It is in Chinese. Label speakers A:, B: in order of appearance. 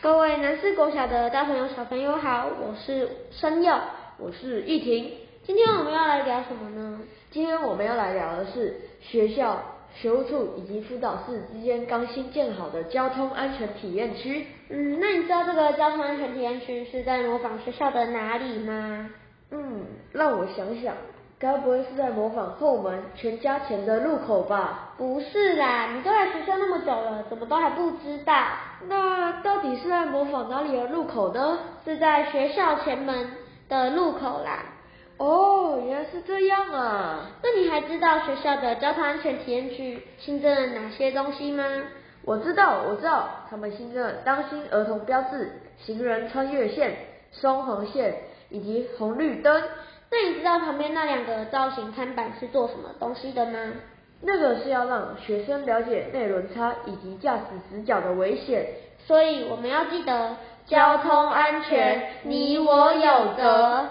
A: 各位南四国小的大朋友、小朋友好，我是申佑，
B: 我是玉婷。
A: 今天我们要来聊什么呢？
B: 今天我们要来聊的是学校、学务处以及辅导室之间刚新建好的交通安全体验区。
A: 嗯，那你知道这个交通安全体验区是在模仿学校的哪里吗？
B: 嗯，让我想想，该不会是在模仿后门全家前的路口吧？
A: 不是啦，你都来学校那么久了，怎么都还不知道？
B: 那到底是在模仿哪里的路口呢？
A: 是在学校前门的路口啦。
B: 哦，原来是这样啊！
A: 那你还知道学校的交通安全体验区新增了哪些东西吗？
B: 我知道，我知道，他们新增了当心儿童标志、行人穿越线、双黄线以及红绿灯。
A: 那你知道旁边那两个造型看板是做什么东西的吗？
B: 那个是要让学生了解内轮差以及驾驶死角的危险，
A: 所以我们要记得
C: 交通安全，你我有责。